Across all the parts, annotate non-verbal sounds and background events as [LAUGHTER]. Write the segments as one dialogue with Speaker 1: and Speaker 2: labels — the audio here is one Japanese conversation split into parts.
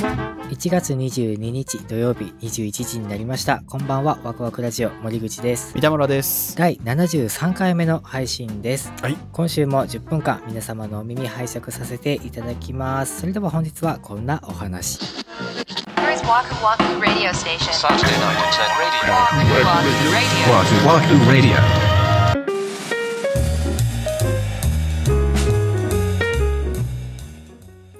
Speaker 1: 1月22日土曜日21時になりましたこんばんはワクワクラジオ森口です
Speaker 2: 三田村です。
Speaker 1: 第73回目の配信です、
Speaker 2: はい
Speaker 1: 今週も10分間皆様のお耳拝借させていただきますそれでは本日はこんなお話
Speaker 3: Here is Waku Waku Radio Station.
Speaker 4: Saturday night at 10 radio.
Speaker 3: Waku
Speaker 5: Wahoo
Speaker 3: Waku Radio.
Speaker 5: Wahoo Radio.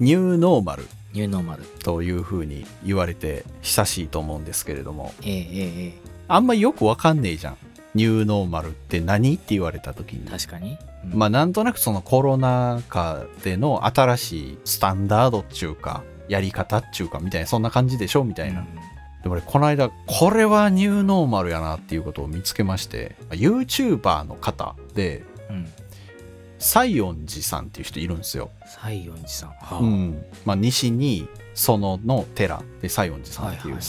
Speaker 2: ニューノーマル
Speaker 1: ニューノーマル
Speaker 2: というふうに言われて久しいと思うんですけれども、
Speaker 1: えええええ
Speaker 2: あんまよくわかんねえじゃん。ニューノーマルって何って言われた時に
Speaker 1: え。確かに、うん
Speaker 2: まあなんとなくそのコロナ禍での新しいスタンダードっちゅうか、やり方っちゅうかみたいな、そんな感じでしょみたいな。でも俺この間、これはニューノーマルやなっていうことを見つけまして、YouTuber の方で、
Speaker 1: うん、うん、
Speaker 2: 西園寺さんっていう人いるんですよ。
Speaker 1: 西園寺さんはあ
Speaker 2: うんまあ、西に園の寺で西園寺さんってい
Speaker 1: はい
Speaker 2: う
Speaker 1: は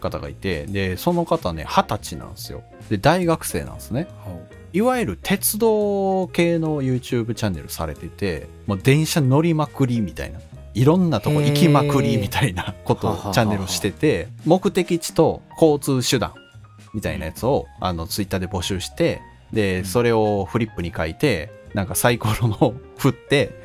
Speaker 2: 方がいて、でその方ね二十歳なんですよで大学生なんですね
Speaker 1: ほう
Speaker 2: いわゆる鉄道系の YouTube チャンネルされててもう電車乗りまくりみたいないろんなとこ行きまくりみたいなこと
Speaker 1: ははは
Speaker 2: をチャンネルをしてて目的地と交通手段みたいなやつをあのツイッターで募集して
Speaker 1: うん
Speaker 2: でそれをフリップに書いてなんかサイコロの [LAUGHS] 振って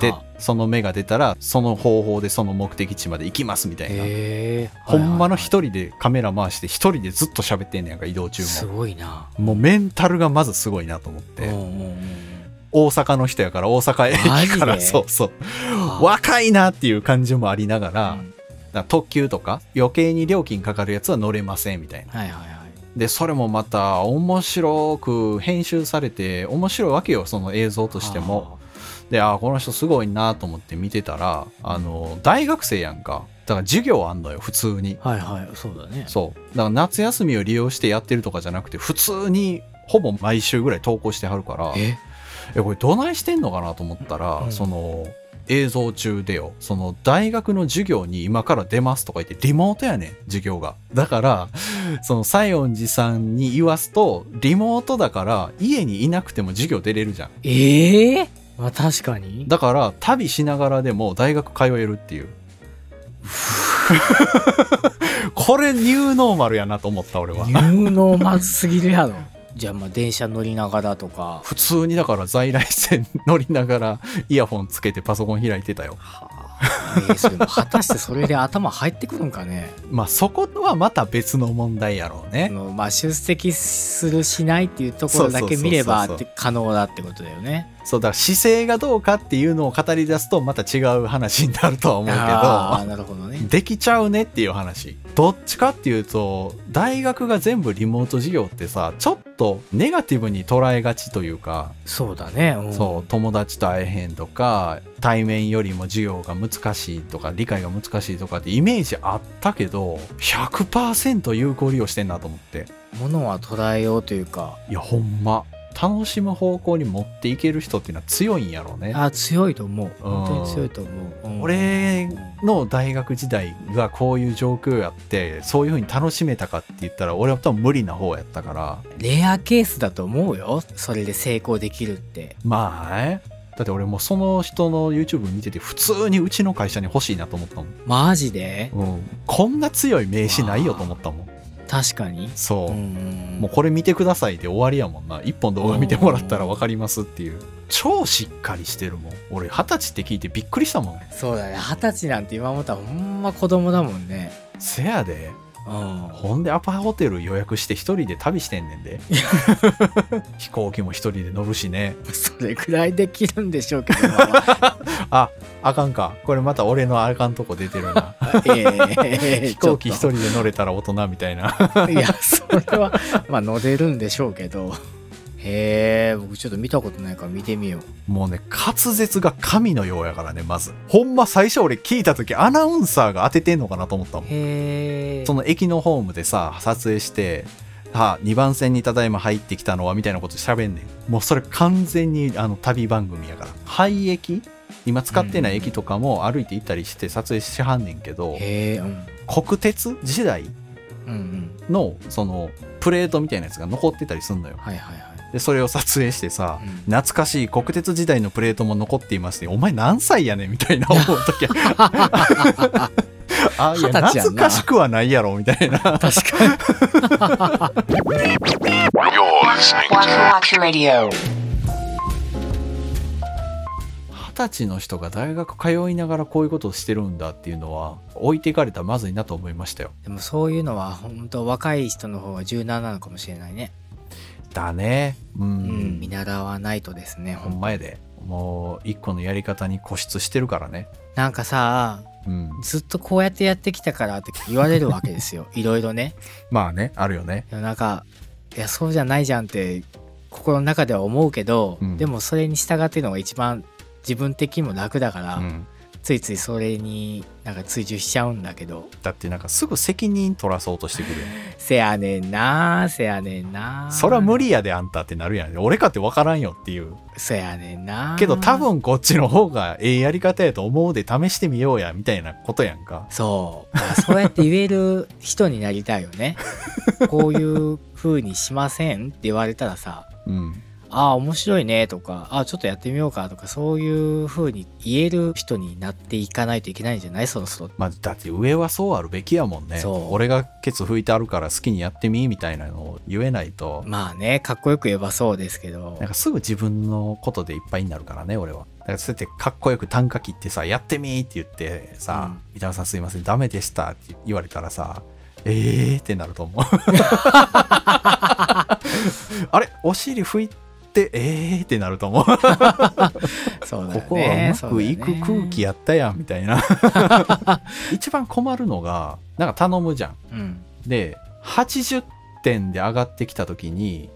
Speaker 2: で
Speaker 1: は
Speaker 2: その目が出たらその方法でその目的地まで行きますみたい
Speaker 1: へ
Speaker 2: な
Speaker 1: え
Speaker 2: ほんまの
Speaker 1: はい
Speaker 2: 一人でカメラ回して一人でずっと喋ってんねやんか移動
Speaker 1: はい
Speaker 2: 中
Speaker 1: す
Speaker 2: も
Speaker 1: ごいな
Speaker 2: もうメンタルがまずすごいなと思っ
Speaker 1: うんう
Speaker 2: て
Speaker 1: んうん
Speaker 2: 大阪の人やから大阪
Speaker 1: マジ
Speaker 2: 駅
Speaker 1: で
Speaker 2: からそうそう
Speaker 1: うん
Speaker 2: 若いなっていう感じもありながら,、
Speaker 1: うん
Speaker 2: 特急とか余計に料金かかるやつは乗れませんみたいな
Speaker 1: はいはいはい
Speaker 2: でそれもまた面白く編集されて面白いわけよその映像としてもであーこの人すごいなと思って見てたらあの大学生やんかだから授業あんのよ普通に
Speaker 1: はいはいそうだね
Speaker 2: そうだから夏休みを利用してやってるとかじゃなくて普通にほぼ毎週ぐらい投稿してはるから
Speaker 1: え
Speaker 2: えこれどないしてんのかなと思ったら、
Speaker 1: うん
Speaker 2: その映像中でよその大学の授業に今から出ますとか言ってリモートやねん授業がだからその西園寺さんに言わすとリモートだから家にいなくても授業出れるじゃん
Speaker 1: ええまあ確かに
Speaker 2: だから旅しながらでも大学通えるっていう [LAUGHS] これニューノーマルやなと思った俺は
Speaker 1: 有能まずすぎるやろじゃあまあ電車乗りながらとか
Speaker 2: 普通にだから在来線乗りながらイヤホンつけてパソコン開いてたよ
Speaker 1: えーそれも果たしてそれで頭入ってくるんかね
Speaker 2: まあそこはまた別の問題やろう
Speaker 1: あ
Speaker 2: ね。
Speaker 1: のまあ出席するしないっていうところだけ見れば
Speaker 2: そ
Speaker 1: っ
Speaker 2: うそうそうそう
Speaker 1: て可能だってことだよね
Speaker 2: そうだから姿勢がどうかっていうのを語り出すとまた違う話になるとは思
Speaker 1: ああ
Speaker 2: う
Speaker 1: なるほど
Speaker 2: けど
Speaker 1: ね
Speaker 2: できちゃうねっていう話どっちかっていうと大学が全部リモート授業ってさちょっとネガティブに捉えがちというか
Speaker 1: そうだね、うん
Speaker 2: そう友達と会えへんとか対面よりも授業が難しいとか理解が難しいとかってイメージあったけど100%有効利用してんなと思って
Speaker 1: ものは捉えようというか
Speaker 2: いやほんま楽しむ方向に持っていける人っていうのは強いんやろうね
Speaker 1: あ強いと思う
Speaker 2: うん
Speaker 1: 本当に強いと思う、うん
Speaker 2: 俺の大学時代がこういう状況やってそういう風に楽しめたかって言ったら俺は多分無理な方やったから
Speaker 1: レアケースだと思うよそれで成功できるって
Speaker 2: まあねだって俺もうその人の YouTube 見てて普通にうちの会社に欲しいなと思ったもん
Speaker 1: マジで
Speaker 2: うん、こんな強い名刺ないよと思ったもん
Speaker 1: 確かに
Speaker 2: そう、
Speaker 1: ん
Speaker 2: もうこれ見てくださいで終わりやもんな一本動画見てもらったら分かりますっていう超しっかりしてるもん俺二十歳って聞いてびっくりしたもん
Speaker 1: そうだね二十歳なんて今思ったらほんま子供だもんね
Speaker 2: せやで
Speaker 1: うん
Speaker 2: ほんでアパホテル予約して一人で旅してんねん
Speaker 1: [LAUGHS]
Speaker 2: で飛行機も一人で乗るしね
Speaker 1: それくらいできるんでしょうけど、ま [LAUGHS] あ
Speaker 2: ああかんかこれまた俺のあかんとこ出てるな
Speaker 1: え [LAUGHS] え
Speaker 2: 飛行機一
Speaker 1: ちょ
Speaker 2: 人で乗れたら大人みたいな [LAUGHS]
Speaker 1: っといやそれはまあ乗れるんでしょうけどへえ僕ちょっと見たことないから見てみよう
Speaker 2: もうね滑舌が神のようやからねまずほんま最初俺聞いた時アナウンサーが当ててんのかなと思ったもん
Speaker 1: へえ
Speaker 2: その駅のホームでさ撮影して「あ2番線にただいま入ってきたのは」みたいなこと喋んねんもうそれ完全にあの旅番組やから廃駅今使ってない駅とかも歩いて行ったりして撮影しはんねんけど
Speaker 1: へえうん
Speaker 2: 国鉄時代
Speaker 1: うんうん
Speaker 2: のそのプレートみたいなやつが残ってたりすんのよ
Speaker 1: はいはいはい
Speaker 2: でそれを撮影してさ
Speaker 1: うん
Speaker 2: 懐かしい国鉄
Speaker 1: [LAUGHS]
Speaker 2: 時代のプレートも残っていますねお前何歳やねんみたいな思う時あ
Speaker 1: 二
Speaker 2: いや
Speaker 1: 十歳やんな
Speaker 2: 懐かしくはないやろみたいな
Speaker 1: 確かに [LAUGHS]
Speaker 4: You're listening
Speaker 3: Waku
Speaker 4: to
Speaker 3: Waku Radio.
Speaker 2: 二十歳の人が大学通いながらこういうことをしてるんだっていうのは置いていかれたらまずいなと思いましたよ
Speaker 1: でもそういうのは本当若い人の方が柔軟なのかもしれないね
Speaker 2: だねうん、
Speaker 1: うん見習わないとですね
Speaker 2: ほ
Speaker 1: ほん
Speaker 2: んまやでもう一個のやり方に固執してるからね
Speaker 1: なんかさ
Speaker 2: うん
Speaker 1: ずっとこうやってやってきたからって言われるわけですよ [LAUGHS] いろいろね
Speaker 2: まあねあるよね
Speaker 1: でもなんかいやそうじゃないじゃんって心の中では思うけど、
Speaker 2: うん
Speaker 1: でもそれに従ってのが一番自分的にも楽だから、
Speaker 2: うん
Speaker 1: ついついそれになんか追従しちゃうんだけど
Speaker 2: だってなんかすぐ責任取らそうとしてくるよ
Speaker 1: せやねんなせやねんな
Speaker 2: そら無理やであんたってなるやん俺かって分からんよっていう
Speaker 1: せやねんな
Speaker 2: けど多分こっちの方がええやり方やと思うで試してみようやみたいなことやんか
Speaker 1: そうあそうやって言える人になりたいよ
Speaker 2: [LAUGHS]
Speaker 1: ねこういう風にしませんって言われたらさ
Speaker 2: うん
Speaker 1: ああ面白いねとかああちょっとやってみようかとかそういう風に言える人になっていかないといけないんじゃないそろそろ
Speaker 2: まあだって上はそうあるべきやもんね
Speaker 1: そう
Speaker 2: 俺がケツ拭いてあるから好きにやってみみたいなのを言えないと
Speaker 1: まあねかっこよく言えばそうですけど
Speaker 2: なんかすぐ自分のことでいっぱいになるからね、俺は。だからそうやってかっこよく短歌切ってさ、やってみーって言ってさ、
Speaker 1: う
Speaker 2: 三田さんすいません、ダメでしたって言われたらさ、えーってなると思う。
Speaker 1: [LAUGHS]
Speaker 2: あれお尻拭いて、えーってなると思う。こ
Speaker 1: そうだよね
Speaker 2: こはうま
Speaker 1: そう
Speaker 2: く
Speaker 1: だよ
Speaker 2: い
Speaker 1: ね
Speaker 2: く空気やったやん、みた
Speaker 1: [LAUGHS]
Speaker 2: いな。一番困るのが、なんか頼むじゃん。
Speaker 1: うん、うん
Speaker 2: で、80点で上がってきた時に、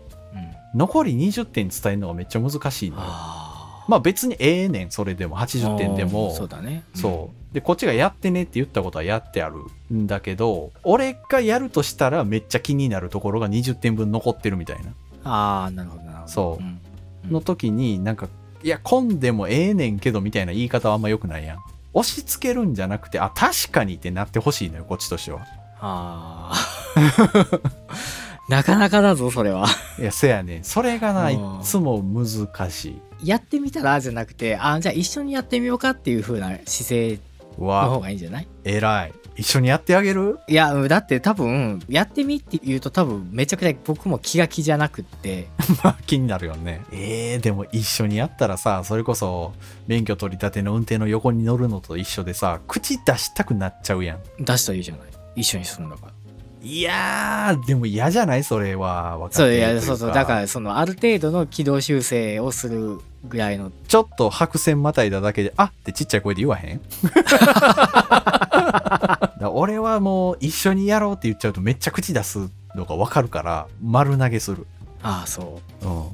Speaker 2: 残り20点伝えるのがめっちゃ難しいのよ。
Speaker 1: あ
Speaker 2: まあ別にええねん、それでも、80点でも。
Speaker 1: そうだね
Speaker 2: そうで、こっちがやってねって言ったことはやってあるんだけど、俺がやるとしたらめっちゃ気になるところが20点分残ってるみたいな。
Speaker 1: うんああなるほどなるほど
Speaker 2: そう
Speaker 1: うんうん
Speaker 2: の時に、なんか、いや、混んでもええねんけどみたいな言い方はあんま良くないやん。押し付けるんじゃなくて、あ、確かにってなってほしいのよ、こっちとしては。
Speaker 1: あー [LAUGHS] なかなかだぞそれはい
Speaker 2: や、せやねん。それがな、い
Speaker 1: うん
Speaker 2: つも難しい。
Speaker 1: やってみたらじゃなくてあじゃあ一緒にやってみようかっていう風な姿勢
Speaker 2: う
Speaker 1: の方
Speaker 2: わ、
Speaker 1: がいいんじゃない
Speaker 2: 偉い。一緒にやってあげる [LAUGHS]
Speaker 1: いやだって多分やってみって言うと多分めちゃくちゃ僕も気が気じゃなく
Speaker 2: [LAUGHS]
Speaker 1: って
Speaker 2: まあ気になるよね。えー、でも一緒にやったらさ、それこそ免許取り立ての運転の横に乗るのと一緒でさ、口出したくなっちゃうやん。
Speaker 1: 出したらいいじゃない一緒にするんだから
Speaker 2: いやー、でも嫌じゃないそれは。分か
Speaker 1: そ
Speaker 2: っ
Speaker 1: う
Speaker 2: て
Speaker 1: い
Speaker 2: るとい
Speaker 1: やそうそうだからそのある程度の軌道修正をするぐらいの
Speaker 2: ちょっと白線またいだだけで、あってちっちゃい声で言わへん [LAUGHS] だから俺はもう一緒にやろうって言っちゃうとめっちゃ口出すのがわかるから、丸投げする。
Speaker 1: ああそ
Speaker 2: うん。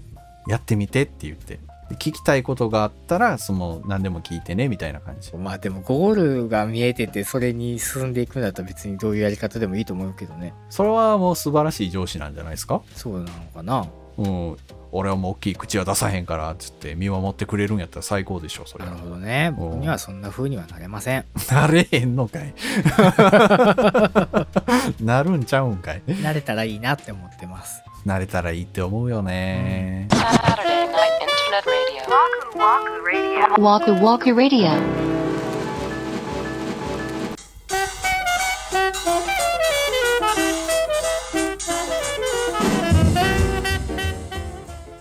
Speaker 2: やってみてって言って。で聞きたいことがあったら、その何でも聞いてねみたいな感じ
Speaker 1: う。まあでもゴールが見えててそれに進んでいくんだったら別にどういうやり方でもいいと思うけどね
Speaker 2: それはもう素晴らしい上司なんじゃないですか
Speaker 1: そうなのかな
Speaker 2: うん。俺はもう大きい口は出さへんから、つって見守ってくれるんやったら最高でしょ、それ
Speaker 1: な
Speaker 2: は。
Speaker 1: るほどね僕にはそんな風にはなれま
Speaker 2: [LAUGHS]
Speaker 1: せん
Speaker 2: なれへんのかい。 [LAUGHS] なるんちゃうんかい。
Speaker 1: 慣れたらいいなって思ってます
Speaker 2: なれたらいいって思うよね。
Speaker 3: Saturday Night Internet Radio. Waku Waku Radio. Waku Waku Radio.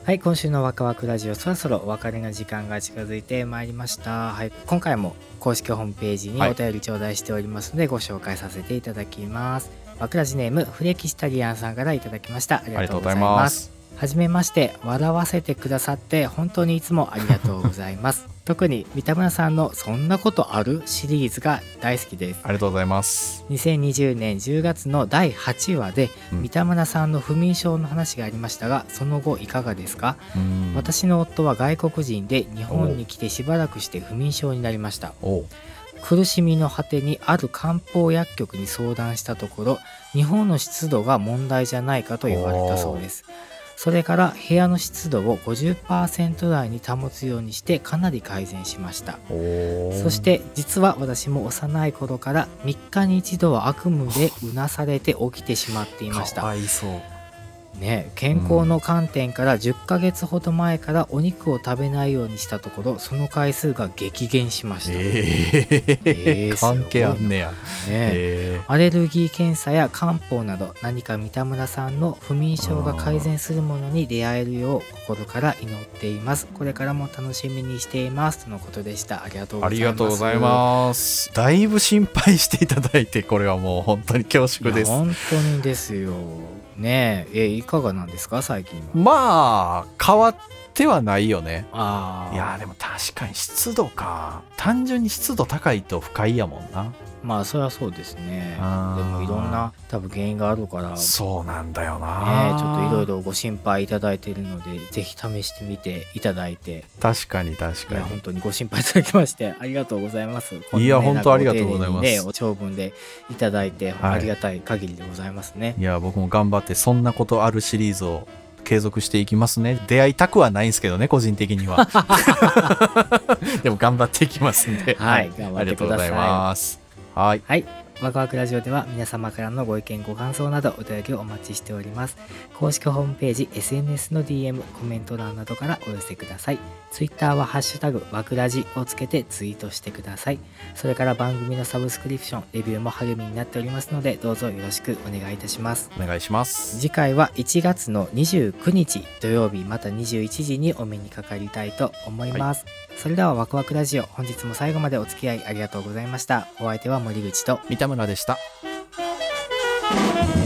Speaker 1: はい今週のワクワクラジオそろそろお別れの時間が近づいてまいりました、はい、今回も公式ホームページに
Speaker 2: はい
Speaker 1: お便り頂戴しておりますのでご紹介させていただきます、ワクラジネームフレキシタリアンさんからいただきましたあり
Speaker 2: あり
Speaker 1: が
Speaker 2: が
Speaker 1: と
Speaker 2: と
Speaker 1: う
Speaker 2: う
Speaker 1: ご
Speaker 2: ご
Speaker 1: ざ
Speaker 2: ざ
Speaker 1: い
Speaker 2: い
Speaker 1: ま
Speaker 2: ますす。
Speaker 1: はじめまして笑わせてくださって本当にいつもありがとうございます [LAUGHS] 特に三田村さんの「そんなことある?」シリーズが大好きです
Speaker 2: ありがとうございます。
Speaker 1: 2020年10月の第8話で
Speaker 2: うん
Speaker 1: 三田村さんの不眠症の話がありましたがその後いかがですか、
Speaker 2: うん。
Speaker 1: 私の夫は外国人で日本に来てしばらくして不眠症になりました
Speaker 2: おう
Speaker 1: 苦しみの果てにある漢方薬局に相談したところ日本の湿度が問題じゃないかと言われたそうですそれから部屋の湿度を50%台に保つようにしてかなり改善しました
Speaker 2: おう
Speaker 1: そして実は私も幼い頃から3日に一度は悪夢でうなされて起きてしまっていまし
Speaker 2: か
Speaker 1: た
Speaker 2: わいそう。
Speaker 1: ね健康の観点から10ヶ月ほど前からお肉を食べないようにしたところその回数が激減しました、
Speaker 2: ええ
Speaker 1: えー
Speaker 2: 関係あんねや。
Speaker 1: ね
Speaker 2: え
Speaker 1: アレルギー検査や漢方など何か三田村さんの不眠症が改善するものに出会えるよう心から祈っていますこれからも楽しみにしていますとのことでしたありがとうございます
Speaker 2: ありがとうございます。だいぶ心配していただいて、これはもう本当に恐縮で
Speaker 1: い
Speaker 2: す
Speaker 1: や。本当にですよねええいかがなんですか最近は
Speaker 2: まあ、変わってはないよね。
Speaker 1: あ
Speaker 2: いやーでも確かに湿度か。単純に湿度高いと不快やもんな。
Speaker 1: まあそりゃそうですね
Speaker 2: あ
Speaker 1: で
Speaker 2: ー
Speaker 1: もいろんな多分原因があるからねち
Speaker 2: そうなんだよな。
Speaker 1: ょっといろい。ろご心配いただいているのでぜひ試してみていただいて
Speaker 2: 確かに確
Speaker 1: い
Speaker 2: か
Speaker 1: や
Speaker 2: に。
Speaker 1: 本当にご心配いただきまして [LAUGHS] ありがとうございます
Speaker 2: いや
Speaker 1: こんなね
Speaker 2: 本当ありがとうござい
Speaker 1: なんかお
Speaker 2: ます
Speaker 1: 丁寧にねお長文でいただいて
Speaker 2: はい
Speaker 1: ありがたい限りでございますね
Speaker 2: いや、僕も頑張って、そんなことあるシリーズを継続していきますね。出会いたくはないんですけどね、個人的に [LAUGHS] は。でも頑張っていきますんで。
Speaker 1: はい頑張ってください
Speaker 2: ありがとうございます。はい。
Speaker 1: ワクワクラジオでは皆様からのご意見ご感想などお便りをお待ちしております公式ホームページ SNS の DM コメント欄などからお寄せください Twitter は「ハッシュタグワクラジ」をつけてツイートしてくださいそれから番組のサブスクリプションレビューも励みになっておりますのでどうぞよろしくお願いいたします
Speaker 2: お願いします。
Speaker 1: 次回は1月の29日土曜日また21時にお目にかかりたいと思います、それではワクワクラジオ本日も最後までお付き合いありがとうございましたお相手は森口と
Speaker 2: 三田村でした。
Speaker 3: Thank you.